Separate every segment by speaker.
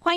Speaker 1: 欢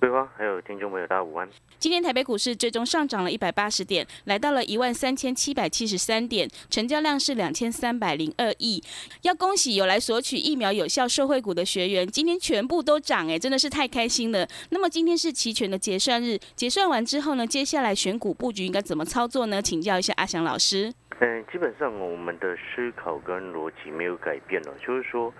Speaker 2: 桂花，还有听众朋友，大家午安。
Speaker 1: 今天台北股市最终上涨了一百八十点，来到了一万三千七百七十三点，成交量是两千三百零二亿。要恭喜有来索取疫苗有效受惠股的学员，今天全部都涨，哎，真的是太开心了。那么今天是期权的结算日，结算完之后呢，接下来选股布局应该怎么操作呢？请教一下阿祥老师。
Speaker 2: 嗯，基本上我们的思考跟逻辑没有改变了，就是说，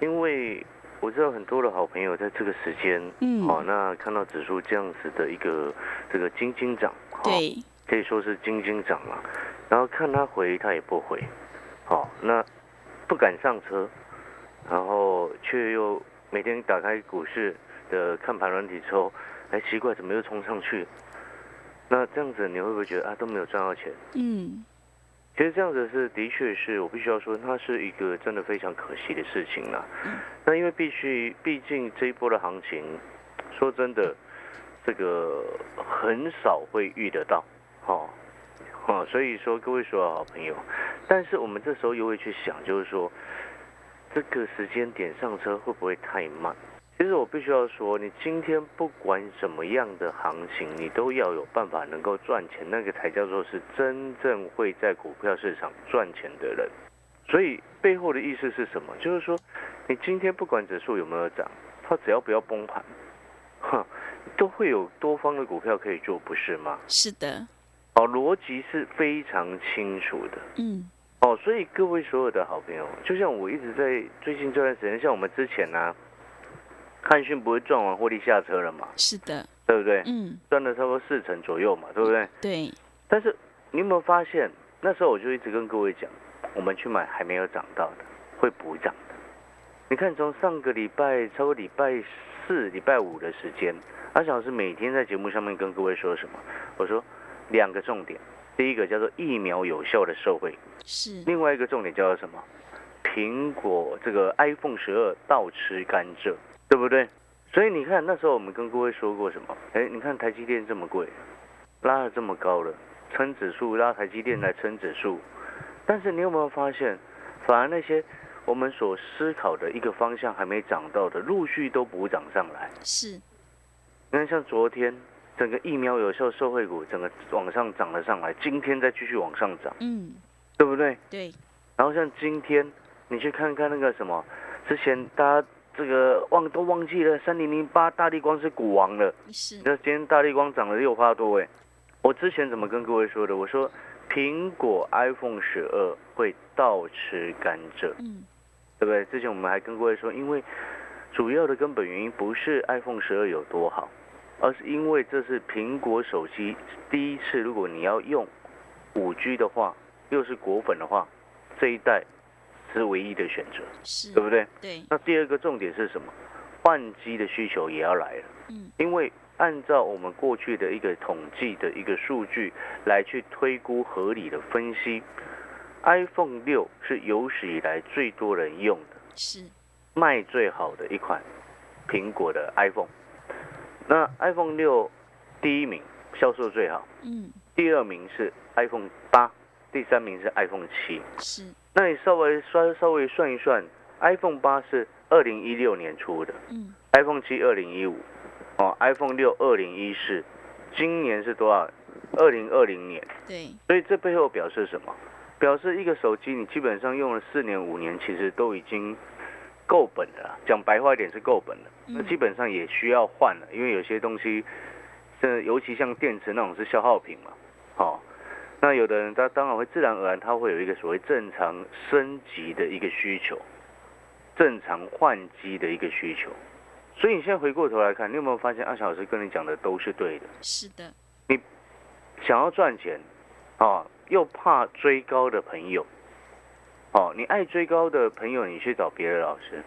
Speaker 2: 因为我知道很多的好朋友在这个时间，
Speaker 1: 嗯
Speaker 2: 好、那看到指数这样子的一个这个金金涨，哦好，
Speaker 1: 对，
Speaker 2: 可以说是金金涨了，然后看它回，它也不回，好、那不敢上车，然后却又每天打开股市的看盘软体之后，哎，奇怪，怎么又冲上去？那这样子你会不会觉得啊都没有赚到钱？
Speaker 1: 嗯，
Speaker 2: 其实这样子是，的确是我必须要说，它是一个真的非常可惜的事情啦。那因为必须，毕竟这一波的行情，说真的，这个很少会遇得到，哦，哦，所以说各位所有好朋友，但是我们这时候又会去想，就是说，这个时间点上车会不会太慢？其实我必须要说，你今天不管什么样的行情，你都要有办法能够赚钱，那个才叫做是真正会在股票市场赚钱的人。所以背后的意思是什么？就是说，你今天不管指数有没有涨，它只要不要崩盘，哼，都会有多方的股票可以做，不是吗？
Speaker 1: 是的，
Speaker 2: 哦，逻辑是非常清楚的。
Speaker 1: 嗯，
Speaker 2: 哦，所以各位所有的好朋友，就像我一直在最近这段时间，像我们之前呢、汉讯不是赚完获利下车了嘛，
Speaker 1: 是的，
Speaker 2: 对不对？
Speaker 1: 嗯，
Speaker 2: 赚了差不多四成左右嘛，对不对？
Speaker 1: 对，
Speaker 2: 但是你有没有发现，那时候我就一直跟各位讲，我们去买还没有涨到的，会补涨的。你看，从上个礼拜超过礼拜四、礼拜五的时间，阿小老师每天在节目上面跟各位说什么？我说两个重点，第一个叫做疫苗有效的受惠，
Speaker 1: 是，
Speaker 2: 另外一个重点叫做什么？苹果这个 iPhone 十二倒吃甘蔗，对不对？所以你看那时候我们跟各位说过什么？哎，你看台积电这么贵，拉的这么高了，撑指数拉台积电来撑指数，但是你有没有发现，反而那些我们所思考的一个方向还没涨到的，陆续都补涨上来。
Speaker 1: 是，
Speaker 2: 你看像昨天整个疫苗有效受惠股整个往上涨了上来，今天再继续往上涨，
Speaker 1: 嗯，
Speaker 2: 对不对？
Speaker 1: 对，
Speaker 2: 然后像今天，你去看看那个什么，之前大家这个忘都忘记了，三零零八大力光是股王了。
Speaker 1: 是
Speaker 2: 你知，道今天大力光涨了六趴多哎，我之前怎么跟各位说的？我说苹果 iPhone 十二会倒吃甘蔗，
Speaker 1: 嗯，
Speaker 2: 对不对？之前我们还跟各位说，因为主要的根本原因不是 iPhone 十二有多好，而是因为这是苹果手机第一次，如果你要用五 G 的话，又是果粉的话，这一代是唯一的选择，
Speaker 1: 是，
Speaker 2: 对不对？
Speaker 1: 对，
Speaker 2: 那第二个重点是什么？换机的需求也要来了。
Speaker 1: 嗯，
Speaker 2: 因为按照我们过去的一个统计的一个数据来去推估合理的分析，iPhone 六是有史以来最多人用的、
Speaker 1: 是，
Speaker 2: 卖最好的一款苹果的 iPhone。那 iPhone 六第一名销售最好，
Speaker 1: 嗯，
Speaker 2: 第二名是 iPhone 八，第三名是 iPhone 七。
Speaker 1: 是，
Speaker 2: 那你稍微稍稍微算一算，iPhone 八是二零一六年出的，
Speaker 1: 嗯，
Speaker 2: iPhone 七二零一五，哦，iPhone 六二零一四，今年是多少？二零二零年。
Speaker 1: 对，
Speaker 2: 所以这背后表示什么？表示一个手机你基本上用了四年五年，其实都已经够本了啦。讲白话一点是够本了，那
Speaker 1: 嗯
Speaker 2: 基本上也需要换了，因为有些东西，这尤其像电池那种是消耗品嘛，哦。那有的人他当然会自然而然，他会有一个所谓正常升级的一个需求，正常换机的一个需求。所以你现在回过头来看，你有没有发现阿小老师跟你讲的都是对的？
Speaker 1: 是的，
Speaker 2: 哦想要赚钱，啊，又怕追高的朋友，好、你爱追高的朋友，你去找别的老师；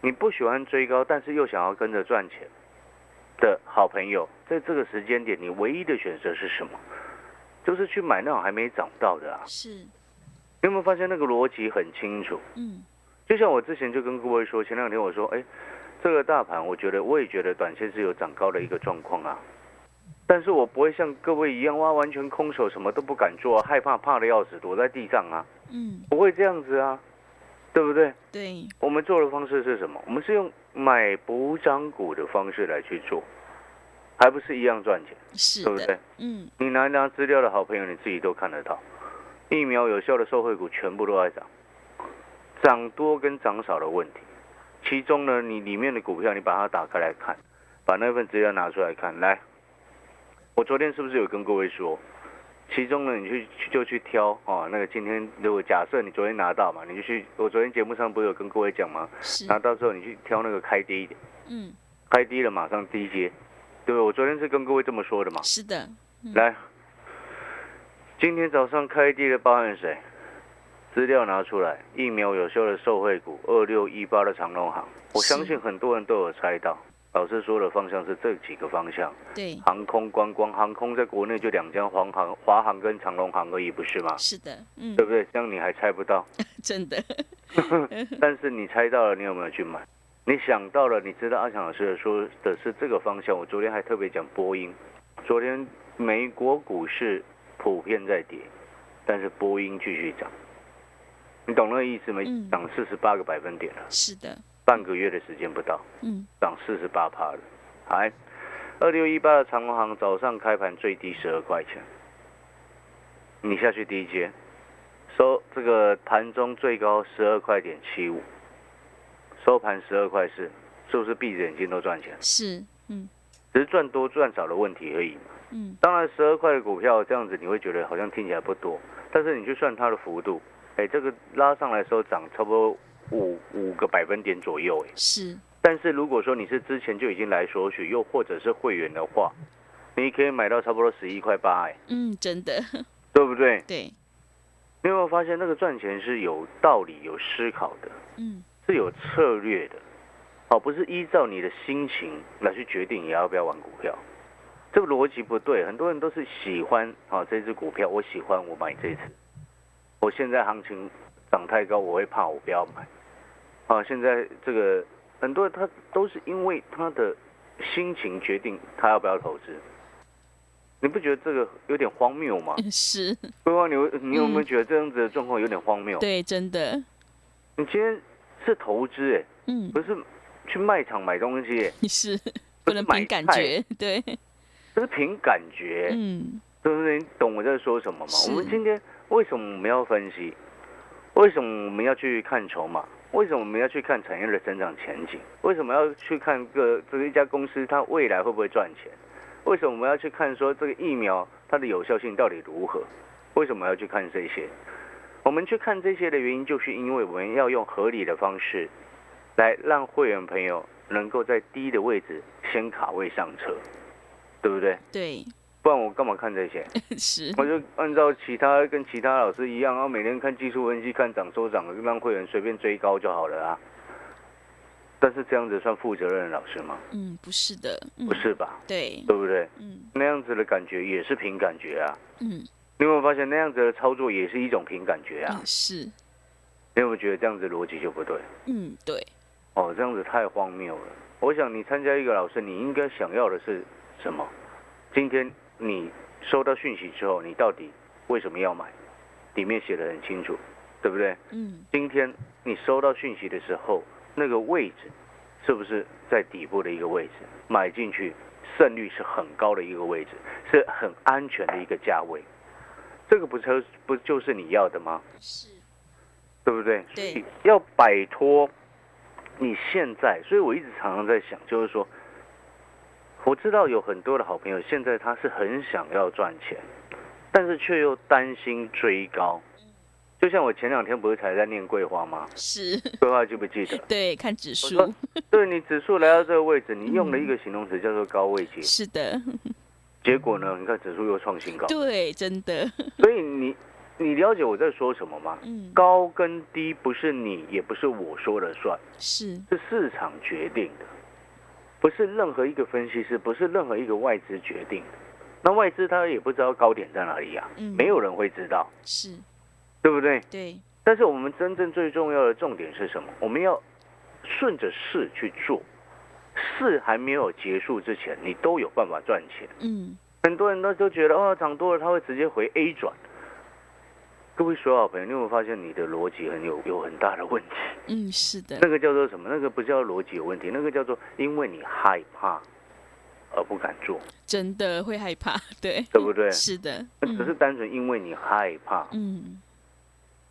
Speaker 2: 你不喜欢追高，但是又想要跟着赚钱的好朋友，在这个时间点，你唯一的选择是什么？就是去买那种还没涨到的啊！
Speaker 1: 是，
Speaker 2: 你有没有发现那个逻辑很清楚？
Speaker 1: 嗯
Speaker 2: 就像我之前就跟各位说，前两天我说，哎，这个大盘，我觉得我也觉得短线是有涨高的一个状况啊，但是我不会像各位一样哇，完全空手，什么都不敢做、害怕怕的要死，躲在地上啊，
Speaker 1: 嗯，
Speaker 2: 不会这样子啊，对不对？
Speaker 1: 对，
Speaker 2: 我们做的方式是什么？我们是用买补涨股的方式来去做，还不是一样赚钱，
Speaker 1: 是
Speaker 2: 对不对
Speaker 1: 的，？嗯
Speaker 2: 你拿一拿资料的好朋友，你自己都看得到，疫苗有效的受惠股全部都在涨，涨多跟涨少的问题。其中呢，你里面的股票，你把它打开来看，把那份资料拿出来看。来，我昨天是不是有跟各位说，其中呢，你去就去挑哦。那个今天如果假设你昨天拿到嘛，你就去。我昨天节目上不是有跟各位讲吗？
Speaker 1: 是，
Speaker 2: 拿到之后你去挑那个开低一点，
Speaker 1: 嗯
Speaker 2: 开低了马上低接，对不对？我昨天是跟各位这么说的嘛。
Speaker 1: 是的，嗯
Speaker 2: 来，今天早上开低的包含谁？资料拿出来，疫苗有效的受惠股二六一八的长隆行，我
Speaker 1: 是
Speaker 2: 相信很多人都有猜到。老师说的方向是这几个方向：
Speaker 1: 对，
Speaker 2: 航空、观光。航空在国内就两家黄航、华航跟长隆航而已，不是吗？
Speaker 1: 是的，嗯
Speaker 2: 啊对，不对？这样你还猜不到，
Speaker 1: 真的，
Speaker 2: 但是你猜到了，你有没有去买？你想到了，你知道阿强老师说的是这个方向。我昨天还特别讲波音，昨天美国股市普遍在跌，但是波音继续涨。你懂那个意思没
Speaker 1: 嗯？
Speaker 2: 涨四十八个百分点了，
Speaker 1: 是的，
Speaker 2: 半个月的时间不到，
Speaker 1: 嗯
Speaker 2: 涨四十八趴了。来，二六一八的长隆行早上开盘最低十二块钱，你下去第一阶，收这个盘中最高十二块点七五，收盘十二块四，是不是闭着眼睛都赚钱？
Speaker 1: 是，嗯
Speaker 2: 只是赚多赚少的问题而已嘛。
Speaker 1: 嗯
Speaker 2: 当然，十二块的股票这样子，你会觉得好像听起来不多，但是你去算它的幅度，哎，这个拉上来的时候涨差不多五五个百分点左右，哎。
Speaker 1: 是，
Speaker 2: 但是如果说你是之前就已经来索取，又或者是会员的话，你可以买到差不多十一块八，哎，
Speaker 1: 嗯真的，
Speaker 2: 对不对？
Speaker 1: 对，
Speaker 2: 你有没有发现那个赚钱是有道理、有思考的，
Speaker 1: 嗯
Speaker 2: 是有策略的，哦，不是依照你的心情来去决定你要不要玩股票，这个逻辑不对。很多人都是喜欢哦这只股票，我喜欢我买这只，我现在行情涨太高，我会怕我不要买，啊，现在这个很多人他都是因为他的心情决定他要不要投资，你不觉得这个有点荒谬吗？
Speaker 1: 嗯是，
Speaker 2: 桂花，你有你有没有觉得这样子的状况有点荒谬？
Speaker 1: 对，真的，
Speaker 2: 你今天是投资哎、
Speaker 1: 嗯
Speaker 2: 不是去卖场买东西、欸，
Speaker 1: 是，
Speaker 2: 不
Speaker 1: 不
Speaker 2: 是
Speaker 1: 能
Speaker 2: 买
Speaker 1: 凭感
Speaker 2: 菜
Speaker 1: 觉，对，
Speaker 2: 这是凭感觉、
Speaker 1: 嗯
Speaker 2: 对不对？你懂我在说什么吗？
Speaker 1: 是
Speaker 2: 我们今天为什么我们要分析？为什么我们要去看筹码？为什么我们要去看产业的增长前景？为什么要去看个这个一家公司它未来会不会赚钱？为什么我们要去看说这个疫苗它的有效性到底如何？为什么要去看这些？我们去看这些的原因，就是因为我们要用合理的方式，来让会员朋友能够在低的位置先卡位上车，对不对？
Speaker 1: 对，
Speaker 2: 不然我干嘛看这些？
Speaker 1: 是，
Speaker 2: 我就按照其他跟其他老师一样，然后每天看技术分析、看涨收涨，让会员随便追高就好了啊。但是这样子算负责任的老师吗？
Speaker 1: 嗯不是的，
Speaker 2: 不
Speaker 1: 不，
Speaker 2: 是吧？
Speaker 1: 对，
Speaker 2: 对不对？
Speaker 1: 嗯
Speaker 2: 那样子的感觉也是凭感觉啊。
Speaker 1: 嗯
Speaker 2: 你有没有发现那样子的操作也是一种凭感觉啊
Speaker 1: 嗯？是，
Speaker 2: 你有没有觉得这样子逻辑就不对？
Speaker 1: 嗯对，
Speaker 2: 哦，这样子太荒谬了。我想你参加一个老师，你应该想要的是什么？今天你收到讯息之后，你到底为什么要买？里面写的很清楚，对不对？
Speaker 1: 嗯
Speaker 2: 今天你收到讯息的时候，那个位置是不是在底部的一个位置？买进去胜率是很高的一个位置，是很安全的一个价位。这个不是不就是你要的吗？
Speaker 1: 是，
Speaker 2: 对不对？
Speaker 1: 对
Speaker 2: 所以要摆脱你现在，所以我一直常常在想，就是说，我知道有很多的好朋友，现在他是很想要赚钱，但是却又担心追高。就像我前两天不是才在念桂花吗？
Speaker 1: 是
Speaker 2: 桂花记不记得？
Speaker 1: 对，看指数，
Speaker 2: 说对你指数来到这个位置，你用了一个形容词叫做高位接，
Speaker 1: 是的，
Speaker 2: 结果呢，你看指数又创新高，
Speaker 1: 对，真的，
Speaker 2: 所以你你了解我在说什么吗？
Speaker 1: 嗯，
Speaker 2: 高跟低不是你，也不是我说了算，
Speaker 1: 是，
Speaker 2: 是市场决定的，不是任何一个分析师，不是任何一个外资决定的。那外资他也不知道高点在哪里呀、
Speaker 1: 嗯
Speaker 2: 没有人会知道，
Speaker 1: 是，
Speaker 2: 对不对？
Speaker 1: 对，
Speaker 2: 但是我们真正最重要的重点是什么？我们要顺着势去做，势还没有结束之前，你都有办法赚钱。
Speaker 1: 嗯，
Speaker 2: 很多人都都觉得哦，涨多了它会直接回 A 转。各位所有好朋友，你有没有发现你的逻辑很有有很大的问题？
Speaker 1: 嗯，是的，
Speaker 2: 那个叫做什么？那个不叫逻辑有问题，那个叫做因为你害怕而不敢做，
Speaker 1: 真的会害怕，对，
Speaker 2: 对不对？
Speaker 1: 是的，
Speaker 2: 那只是单纯因为你害怕。
Speaker 1: 嗯，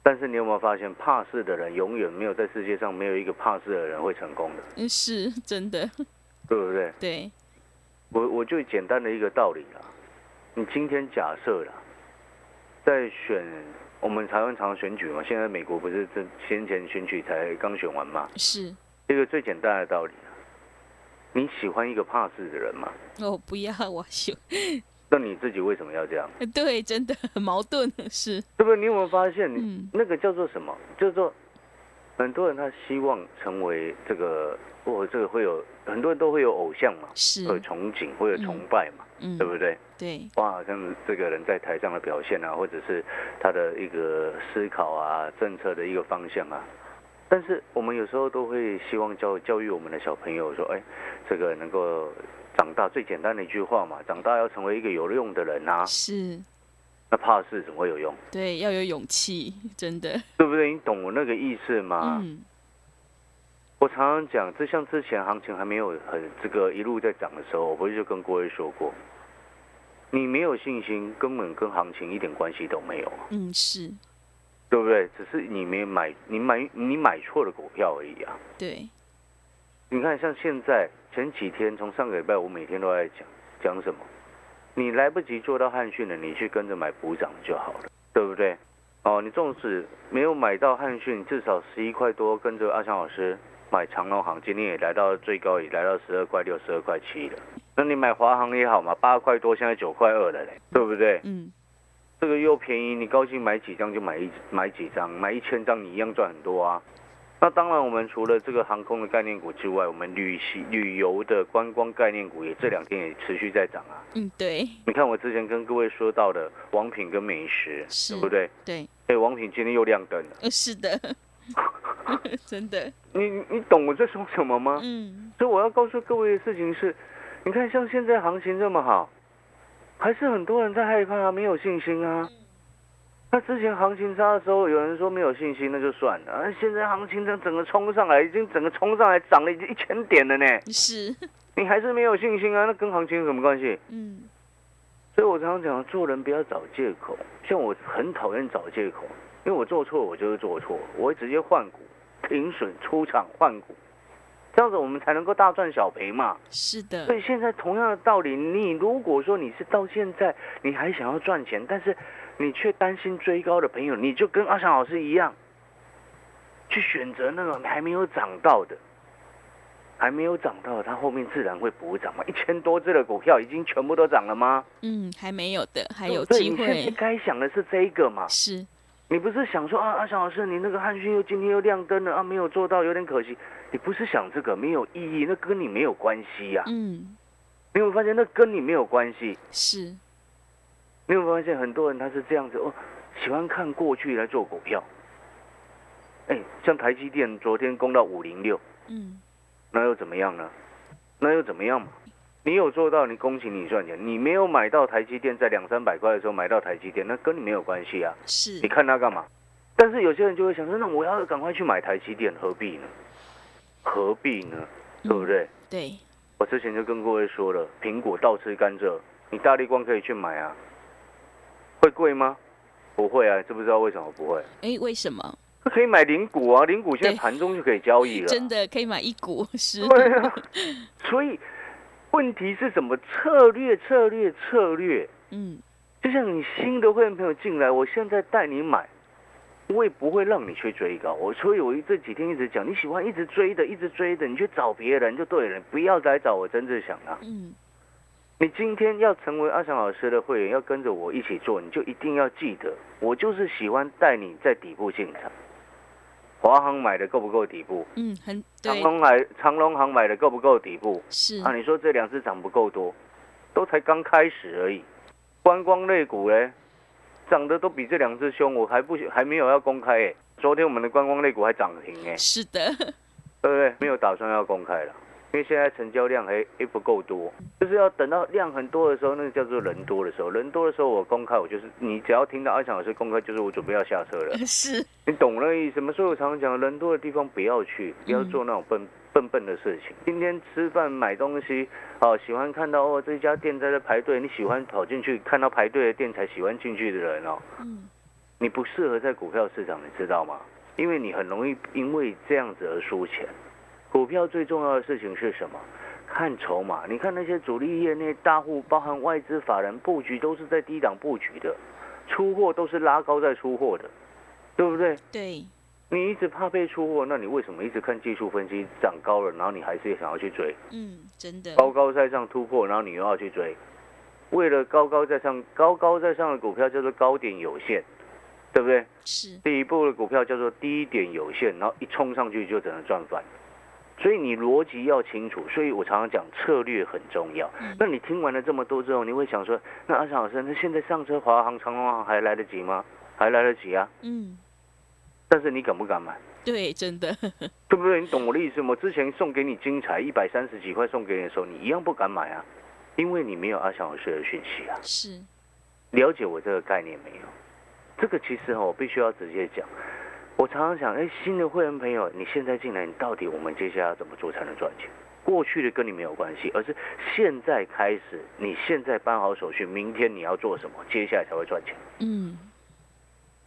Speaker 2: 但是你有没有发现，怕事的人永远没有在世界上没有一个怕事的人会成功的，
Speaker 1: 嗯，是真的，
Speaker 2: 对不对？
Speaker 1: 对，
Speaker 2: 我我就简单的一个道理啦，你今天假设啦，在选我们台湾常选举嘛，现在美国不是这先前选举才刚选完嘛，
Speaker 1: 是，
Speaker 2: 一个最简单的道理啦，你喜欢一个怕事的人吗？
Speaker 1: 我哦不要， 我修，
Speaker 2: 那你自己为什么要这样？
Speaker 1: 对，真的很矛盾，是，
Speaker 2: 对不对？你有没有发现，你
Speaker 1: 嗯，
Speaker 2: 那个叫做什么？叫做很多人他希望成为这个，或这个会有很多人都会有偶像嘛，
Speaker 1: 是，
Speaker 2: 会有憧憬，会有
Speaker 1: 嗯
Speaker 2: 崇拜嘛，
Speaker 1: 嗯，
Speaker 2: 对不对？
Speaker 1: 对，
Speaker 2: 哇，跟这个人在台上的表现啊，或者是他的一个思考啊、政策的一个方向啊。但是我们有时候都会希望教教育我们的小朋友说，哎，这个能够长大最简单的一句话嘛，长大要成为一个有用的人啊。
Speaker 1: 是，
Speaker 2: 那怕事怎么会有用？
Speaker 1: 对，要有勇气，真的，
Speaker 2: 对不对？你懂我那个意思吗？
Speaker 1: 嗯，
Speaker 2: 我常常讲，就像之前行情还没有很这个一路在涨的时候，我不是就跟各位说过，你没有信心，根本跟行情一点关系都没有。
Speaker 1: 嗯，是，
Speaker 2: 对不对？只是你没买，你买你买错了股票而已啊！
Speaker 1: 对，
Speaker 2: 你看，像现在前几天，从上个礼拜，我每天都在讲讲什么？你来不及做到汉讯的，你去跟着买补涨就好了，对不对？哦，你纵使没有买到汉讯，至少十一块多，跟着阿强老师买长隆行，今天也来到最高，也来到十二块六、十二块七了。那你买华航也好嘛，八块多，现在九块二了嘞，对不对？
Speaker 1: 嗯，
Speaker 2: 这个又便宜，你高兴买几张就买一买几张，买一千张你一样赚很多啊。那当然，我们除了这个航空的概念股之外，我们旅行旅游的观光概念股也这两天也持续在涨啊。
Speaker 1: 嗯，对，
Speaker 2: 你看我之前跟各位说到的王品跟美食，
Speaker 1: 是
Speaker 2: 对不对？
Speaker 1: 对，
Speaker 2: 哎，王品今天又亮灯了。
Speaker 1: 呃，是的， 真的，
Speaker 2: 你你你懂我在说什么吗？
Speaker 1: 嗯，
Speaker 2: 所以我要告诉各位的事情是，你看像现在行情这么好，还是很多人在害怕、没有信心啊。那之前行情差的时候，有人说没有信心，那就算了。啊，现在行情整整个冲上来，已经整个冲上来，涨了已经一千点了呢，
Speaker 1: 是，
Speaker 2: 你还是没有信心啊？那跟行情有什么关系？
Speaker 1: 嗯，
Speaker 2: 所以我常常讲，做人不要找借口。像我很讨厌找借口，因为我做错我就是做错，我会直接换股、停损、出场换股，这样子我们才能够大赚小赔嘛。
Speaker 1: 是的
Speaker 2: 所，以现在同样的道理，你如果说你是到现在你还想要赚钱，但是你却担心追高的朋友，你就跟阿翔老师一样，去选择那种还没有涨到的，还没有涨到的，它后面自然会补涨嘛。一千多只的股票已经全部都涨了吗？
Speaker 1: 嗯，还没有的，还有
Speaker 2: 对
Speaker 1: 机
Speaker 2: 你现在
Speaker 1: 会，
Speaker 2: 该想的是这一个嘛。
Speaker 1: 是，
Speaker 2: 你不是想说啊，阿翔老师，你那个汉讯又今天又亮灯了啊，没有做到，有点可惜。你不是想这个没有意义，那跟你没有关系呀、
Speaker 1: 嗯，
Speaker 2: 你有没有发现那跟你没有关系？
Speaker 1: 是，
Speaker 2: 你有没有发现很多人他是这样子哦，喜欢看过去来做股票。哎，像台积电昨天攻到五零六，
Speaker 1: 嗯，
Speaker 2: 那又怎么样呢？那又怎么样嘛？你有做到，你恭喜你赚钱；你没有买到台积电，在两三百块的时候买到台积电，那跟你没有关系啊。
Speaker 1: 是
Speaker 2: 你，看它干嘛？但是有些人就会想说，那我要赶快去买台积电，何必呢？何必呢？对不对？
Speaker 1: 嗯对，
Speaker 2: 我之前就跟各位说了，苹果倒吃甘蔗，你大力光可以去买啊，会贵吗？不会啊，知不知道为什么不会？
Speaker 1: 哎，为什么？
Speaker 2: 可以买零股啊，零股现
Speaker 1: 对
Speaker 2: 在盘中就可以交易了，
Speaker 1: 真的可以买一股，是，
Speaker 2: 对 啊。所以问题是怎么策略？策略，策略。
Speaker 1: 嗯，
Speaker 2: 就像你新的会员朋友进来，我现在带你买，我也不会让你去追高。我所以，我这几天一直讲，你喜欢一直追的，一直追的，你去找别人就对了，不要来找我曾志祥啊。
Speaker 1: 嗯，
Speaker 2: 你今天要成为阿翔老师的会员，要跟着我一起做，你就一定要记得，我就是喜欢带你在底部进场。华航买的够不够底部？
Speaker 1: 嗯，很
Speaker 2: 长
Speaker 1: 对，嗯
Speaker 2: 隆买长隆航买的够不够底部？
Speaker 1: 是
Speaker 2: 啊，你说这两只涨不够多，都才刚开始而已。观光类股嘞，涨得都比这两只凶，我还不还没有要公开哎、昨天我们的观光类股还涨停哎、
Speaker 1: 是的，
Speaker 2: 对不对？没有打算要公开了，因为现在成交量还还不够多，就是要等到量很多的时候，那个叫做人多的时候。人多的时候我公开，我就是你只要听到阿强老师公开，就是我准备要下车了。
Speaker 1: 是
Speaker 2: 你懂那意思吗？所以我常常讲，人多的地方不要去，不要做那种笨、笨笨的事情。今天吃饭买东西，哦，喜欢看到哦这家店在这排队，你喜欢跑进去看到排队的店才喜欢进去的人哦，
Speaker 1: 嗯，
Speaker 2: 你不适合在股票市场，你知道吗？因为你很容易因为这样子而输钱。股票最重要的事情是什么？看筹码。你看那些主力业内大户，包含外资法人布局，都是在低档布局的，出货都是拉高再出货的，对不对？
Speaker 1: 对，
Speaker 2: 你一直怕被出货，那你为什么一直看技术分析涨高了，然后你还是想要去追？
Speaker 1: 嗯，真的，
Speaker 2: 高高在上突破，然后你又要去追，为了高高在上，高高在上的股票叫做高点有限，对不对？
Speaker 1: 是
Speaker 2: 第一步的股票叫做低点有限，然后一冲上去就只能赚翻。所以你逻辑要清楚，所以我常常讲策略很重要。
Speaker 1: 嗯
Speaker 2: 那你听完了这么多之后，你会想说，那阿翔老师，那现在上车华航、长隆航还来得及吗？还来得及啊，
Speaker 1: 嗯，
Speaker 2: 但是你敢不敢买？
Speaker 1: 对，真的，
Speaker 2: 对不对？你懂我的意思吗？我之前送给你精彩一百三十几块送给你的时候，你一样不敢买啊，因为你没有阿翔老师的讯息啊。
Speaker 1: 是
Speaker 2: 了解我这个概念没有？这个其实哈、我必须要直接讲。我常常想，哎，新的会员朋友，你现在进来，你到底我们接下来要怎么做才能赚钱？过去的跟你没有关系，而是现在开始，你现在办好手续，明天你要做什么，接下来才会赚钱。
Speaker 1: 嗯，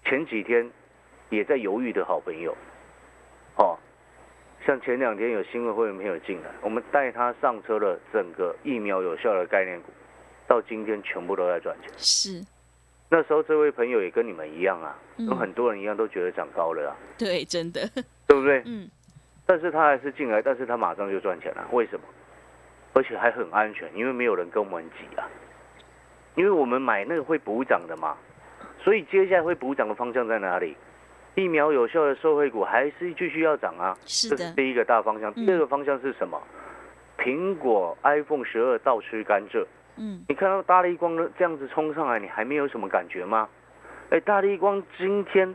Speaker 2: 前几天也在犹豫的好朋友，哦，像前两天有新的会员朋友进来，我们带他上车了整个疫苗有效的概念股，到今天全部都在赚钱。
Speaker 1: 是，
Speaker 2: 那时候这位朋友也跟你们一样啊，
Speaker 1: 嗯
Speaker 2: 跟很多人一样都觉得涨高了啊，
Speaker 1: 对，真的，
Speaker 2: 对不对？
Speaker 1: 嗯，
Speaker 2: 但是他还是进来，但是他马上就赚钱了，为什么？而且还很安全，因为没有人跟我们挤啊，因为我们买那个会补涨的嘛，所以接下来会补涨的方向在哪里？疫苗有效的受惠股还是继续要涨啊，
Speaker 1: 是
Speaker 2: 这是
Speaker 1: 的，
Speaker 2: 第一个大方向。
Speaker 1: 嗯
Speaker 2: 第二个方向是什么？苹果 iPhone 十二倒吃甘蔗，
Speaker 1: 嗯，
Speaker 2: 你看到大力光这样子冲上来，你还没有什么感觉吗？哎，大力光今天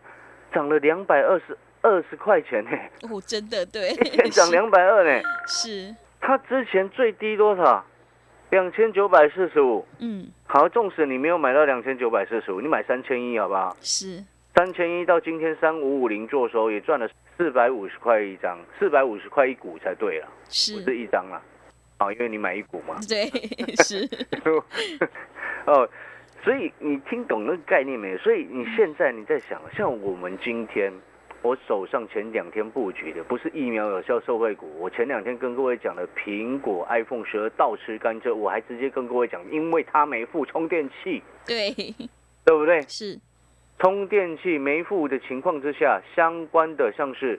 Speaker 2: 涨了两百二十二十块钱呢、
Speaker 1: 哦，真的，对
Speaker 2: 一天，涨两百二呢。
Speaker 1: 是，
Speaker 2: 它之前最低多少？两千九百四十五。
Speaker 1: 嗯，
Speaker 2: 好，纵使你没有买到两千九百四十五，你买三千一好不好？
Speaker 1: 是，
Speaker 2: 三千一到今天三五五零做收也赚了四百五十块一张，四百五十块一股才对了，不是
Speaker 1: 是，
Speaker 2: 一张啦。啊，因为你买一股嘛。
Speaker 1: 对，是，
Speaker 2: 哦，所以你听懂那个概念没有？所以你现在你在想，像我们今天，我手上前两天布局的不是疫苗有效受惠股，我前两天跟各位讲的苹果 iPhone 十二倒吃甘蔗，我还直接跟各位讲，因为它没附充电器，
Speaker 1: 对，
Speaker 2: 对不对？
Speaker 1: 是，
Speaker 2: 充电器没附的情况之下，相关的像是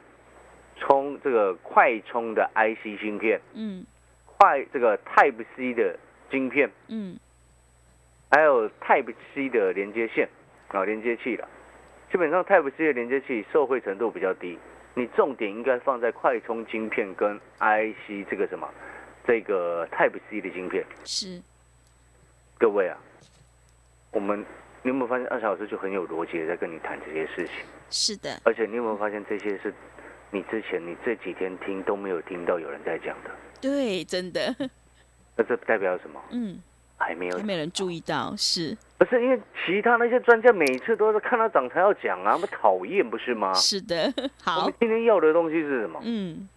Speaker 2: 充这个快充的 IC 芯片，
Speaker 1: 嗯
Speaker 2: 快这个 Type C 的晶片。
Speaker 1: 嗯，
Speaker 2: 还有 Type C 的连接线啊、连接器了。基本上 Type C 的连接器受惠程度比较低，你重点应该放在快充晶片跟 IC 这个什么这个 Type C 的晶片。
Speaker 1: 是，
Speaker 2: 各位啊，我们你有没有发现二小时就很有逻辑的在跟你谈这些事情？
Speaker 1: 是的，
Speaker 2: 而且你有没有发现这些是你之前你这几天听都没有听到有人在讲的？
Speaker 1: 对，真的，
Speaker 2: 那这代表什么？
Speaker 1: 嗯，
Speaker 2: 还没有
Speaker 1: 还没有人注意到，是
Speaker 2: 不是因为其他那些专家每次都是看他涨才要讲啊，那么讨厌不是吗？
Speaker 1: 是的，
Speaker 2: 啊我
Speaker 1: 好
Speaker 2: 们，今天要的东西是什么？
Speaker 1: 嗯，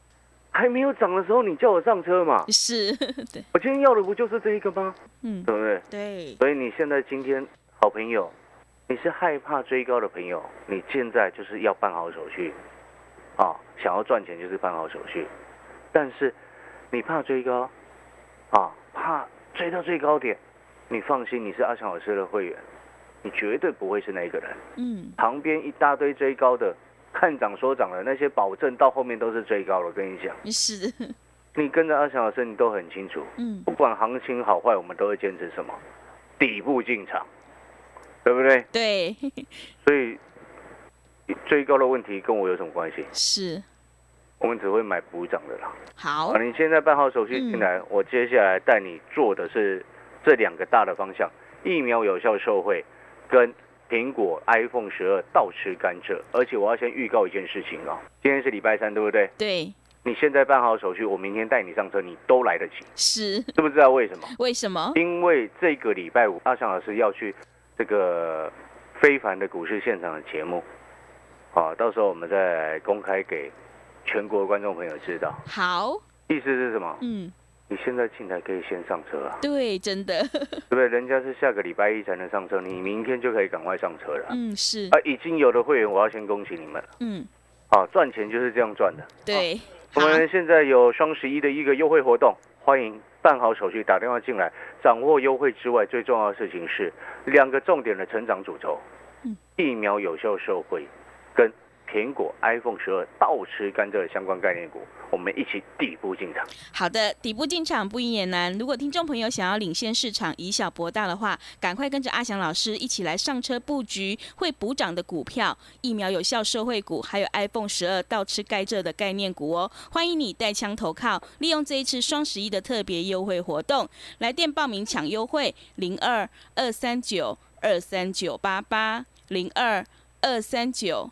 Speaker 2: 还没有涨的时候，你叫我上车嘛？
Speaker 1: 是， 对，
Speaker 2: 我今天要的不就是这一个吗？
Speaker 1: 嗯，
Speaker 2: 对不对？
Speaker 1: 对，
Speaker 2: 所以你现在今天，好朋友，你是害怕追高的朋友，你现在就是要办好手续，啊，想要赚钱就是办好手续，但是你怕追高，啊，怕追到最高点，你放心，你是阿强老师的会员，你绝对不会是那一个人。
Speaker 1: 嗯，
Speaker 2: 旁边一大堆追高的，看涨说涨的那些，保证到后面都是追高了。我跟你讲。
Speaker 1: 是，
Speaker 2: 你跟着阿翔老师，你都很清楚，
Speaker 1: 嗯
Speaker 2: 不管行情好坏，我们都会坚持什么底部进场，对不对？
Speaker 1: 对，
Speaker 2: 所以追高的问题跟我有什么关系？
Speaker 1: 是
Speaker 2: 我们只会买补涨的啦。
Speaker 1: 好
Speaker 2: 啊，，你现在办好手续
Speaker 1: 嗯
Speaker 2: 进来，我接下来带你做的是这两个大的方向：疫苗有效受惠跟苹果 iPhone 十二倒吃甘蔗。而且我要先预告一件事情哦，今天是礼拜三，对不对？
Speaker 1: 对，
Speaker 2: 你现在办好手续，我明天带你上车，你都来得及，
Speaker 1: 是
Speaker 2: 知不知道为什么？
Speaker 1: 为什么？
Speaker 2: 因为这个礼拜五，阿翔老师要去这个非凡的股市现场的节目，啊，到时候我们再公开给全国观众朋友知道。
Speaker 1: 好，
Speaker 2: 意思是什么？
Speaker 1: 嗯，
Speaker 2: 你现在进来可以先上车啊，
Speaker 1: 对，真的，
Speaker 2: 对不对？人家是下个礼拜一才能上车，你明天就可以赶快上车了。
Speaker 1: 嗯，是，
Speaker 2: 啊，已经有的会员，我要先恭喜你们了。
Speaker 1: 嗯，
Speaker 2: 啊，赚钱就是这样赚的。
Speaker 1: 对，
Speaker 2: 我
Speaker 1: 好，
Speaker 2: 们现在有双十一的一个优惠活动，欢迎办好手续打电话进来，掌握优惠之外，最重要的事情是两个重点的成长主轴
Speaker 1: 嗯，
Speaker 2: 疫苗有效受惠跟苹果 iPhone 十二倒吃甘蔗的相关概念股，我们一起底部进场。
Speaker 1: 好的，底部进场不赢也难。如果听众朋友想要领先市场、以小博大的话，赶快跟着阿翔老师一起来上车布局会补涨的股票，疫苗有效社会股，还有 iPhone 十二倒吃甘蔗的概念股哦。欢迎你带枪投靠，利用这一次双十一的特别优惠活动，来电报名抢优惠零二二三九二三九八八零二二三九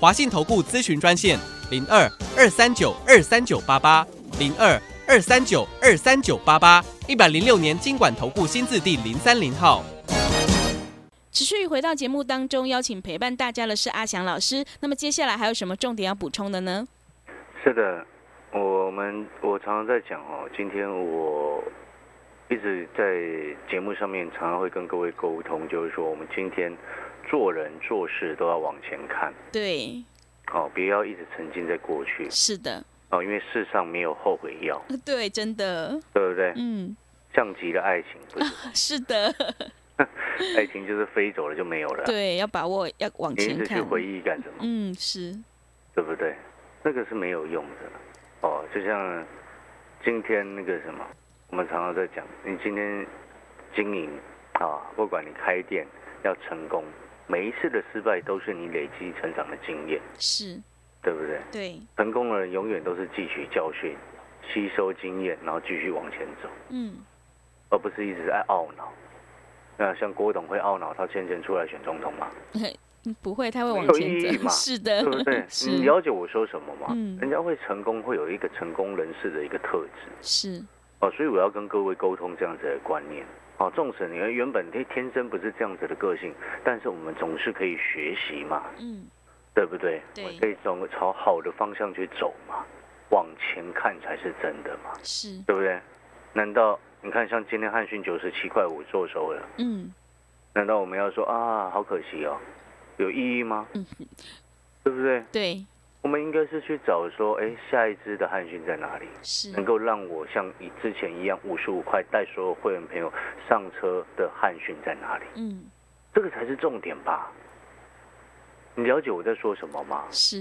Speaker 3: 华信投顾咨询专线零二二三九二三九八八零二二三九二三九八八，一百零六年经管投顾新字第零三零号。
Speaker 1: 持续回到节目当中，邀请陪伴大家的是阿翔老师。那么接下来还有什么重点要补充的呢？
Speaker 2: 是的，我们我常常在讲哦，今天我一直在节目上面常常会跟各位沟通，就是说我们今天做人做事都要往前看，
Speaker 1: 对，
Speaker 2: 哦，不要一直沉浸在过去
Speaker 1: 是的，
Speaker 2: 哦，因为世上没有后悔药，
Speaker 1: 对，真的，
Speaker 2: 对不对？
Speaker 1: 嗯，
Speaker 2: 像极了爱情，不 是
Speaker 1: 是的，
Speaker 2: 爱情就是飞走了就没有了，
Speaker 1: 对，要把握，要往
Speaker 2: 你一
Speaker 1: 前
Speaker 2: 直去
Speaker 1: 看。
Speaker 2: 回忆干什么？
Speaker 1: 嗯，是，
Speaker 2: 对不对？那个是没有用的哦，就像今天那个什么，我们常常在讲，你今天经营啊，不管你开店要成功，每一次的失败都是你累积成长的经验，
Speaker 1: 是，
Speaker 2: 对不对？
Speaker 1: 对，
Speaker 2: 成功的人永远都是汲取教训、吸收经验，然后继续往前走，
Speaker 1: 嗯，
Speaker 2: 而不是一直在懊恼。那像郭董会懊恼他先前出来选总统吗？
Speaker 1: 不会，他会往
Speaker 2: 没有
Speaker 1: 前
Speaker 2: 意义
Speaker 1: 走。
Speaker 2: 嘛
Speaker 1: 是的，？
Speaker 2: 对不对嗯
Speaker 1: 是
Speaker 2: 你了解我说什么吗？
Speaker 1: 嗯
Speaker 2: 人家会成功，会有一个成功人士的一个特质
Speaker 1: 是，
Speaker 2: 哦，所以我要跟各位沟通这样子的观念。哦，纵使你们原本天天生不是这样子的个性，但是我们总是可以学习嘛，
Speaker 1: 嗯，
Speaker 2: 对不对？
Speaker 1: 对
Speaker 2: 我们可以总朝好的方向去走嘛，往前看才是真的嘛，
Speaker 1: 是，
Speaker 2: 对不对？难道你看像今天汉讯九十七块五做收了，
Speaker 1: 嗯，
Speaker 2: 难道我们要说啊，好可惜哦，有意义吗？
Speaker 1: 嗯
Speaker 2: 对不对？
Speaker 1: 对，
Speaker 2: 我们应该是去找说，哎，下一支的汉讯在哪里，
Speaker 1: 是，
Speaker 2: 能够让我像以之前一样五十五块带所有会员朋友上车的汉讯在哪里？
Speaker 1: 嗯，
Speaker 2: 这个才是重点吧？你了解我在说什么吗？
Speaker 1: 是，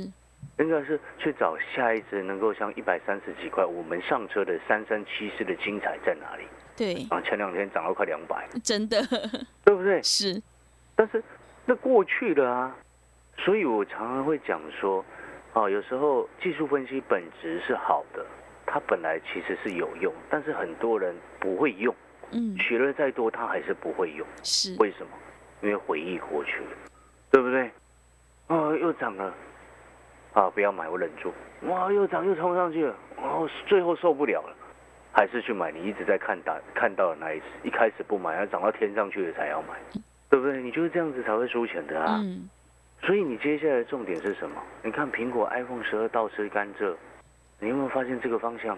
Speaker 2: 应该是去找下一支能够像一百三十几块我们上车的三三七四的精彩在哪里？
Speaker 1: 对，
Speaker 2: 啊，前两天涨到快两百，
Speaker 1: 真的
Speaker 2: 对不对？
Speaker 1: 是。
Speaker 2: 但是那过去了啊，所以我常常会讲说，啊，有时候技术分析本质是好的，它本来其实是有用，但是很多人不会用，
Speaker 1: 嗯，
Speaker 2: 学了再多他还是不会用，
Speaker 1: 是，
Speaker 2: 为什么？因为回忆过去了，对不对？啊，又涨了，啊，不要买，我忍住，哇，又涨又冲上去了，哦，最后受不了了。还是去买你一直在看打看到的那一次，一开始不买，要涨到天上去了才要买，对不对？你就是这样子才会输钱的啊。
Speaker 1: 嗯，
Speaker 2: 所以你接下来的重点是什么？你看苹果 iPhone 十二倒吃甘蔗，你有没有发现这个方向？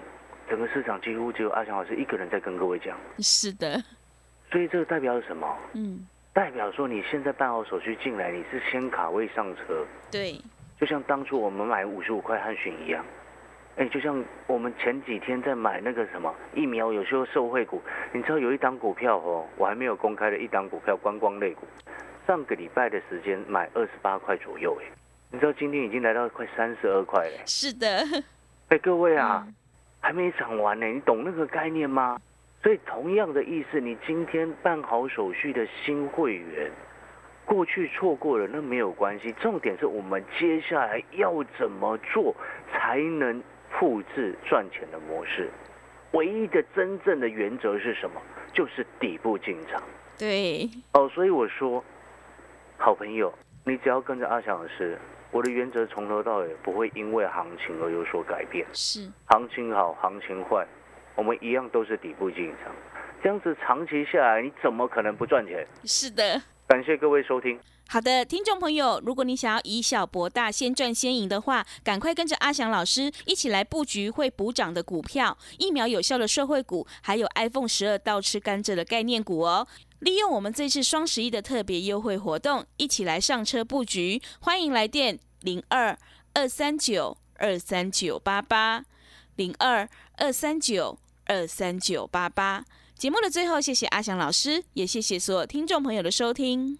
Speaker 2: 整个市场几乎只有阿翔老师一个人在跟各位讲，
Speaker 1: 是的，
Speaker 2: 所以这个代表是什么？
Speaker 1: 嗯，
Speaker 2: 代表说你现在办好手续进来，你是先卡位上车，
Speaker 1: 对，
Speaker 2: 就像当初我们买五十五块汉逊一样。哎，就像我们前几天在买那个什么疫苗，有时候受惠股，你知道有一档股票哦，我还没有公开的一档股票，观光类股，上个礼拜的时间买二十八块左右，哎，你知道今天已经来到快三十二块了。
Speaker 1: 是的，
Speaker 2: 哎，各位啊，还没涨完呢，你懂那个概念吗？所以同样的意思，你今天办好手续的新会员，过去错过了那没有关系，重点是我们接下来要怎么做才能复制赚钱的模式。唯一的真正的原则是什么？就是底部进场。
Speaker 1: 对，
Speaker 2: 哦，所以我说，好朋友，你只要跟着阿翔老师，我的原则从头到尾不会因为行情而有所改变。
Speaker 1: 是，
Speaker 2: 行情好，行情坏，我们一样都是底部进场。这样子长期下来，你怎么可能不赚钱？
Speaker 1: 是的。
Speaker 2: 感谢各位收听。
Speaker 1: 好的，听众朋友，如果你想要以小博大、先赚先赢的话，赶快跟着阿翔老师一起来布局会补涨的股票，疫苗有效的社会股，还有 iPhone 十二倒吃甘蔗的概念股哦。利用我们这次双十一的特别优惠活动，一起来上车布局。欢迎来电零二二三九二三九八八零二二三九二三九八八。节目的最后，谢谢阿翔老师，也谢谢所有听众朋友的收听。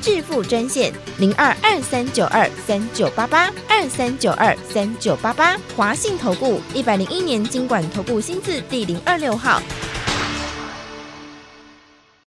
Speaker 4: 致富专线零二二三九二三九八八二三九二三九八八。华信投顾一百零一年经管投顾新字第零二六号。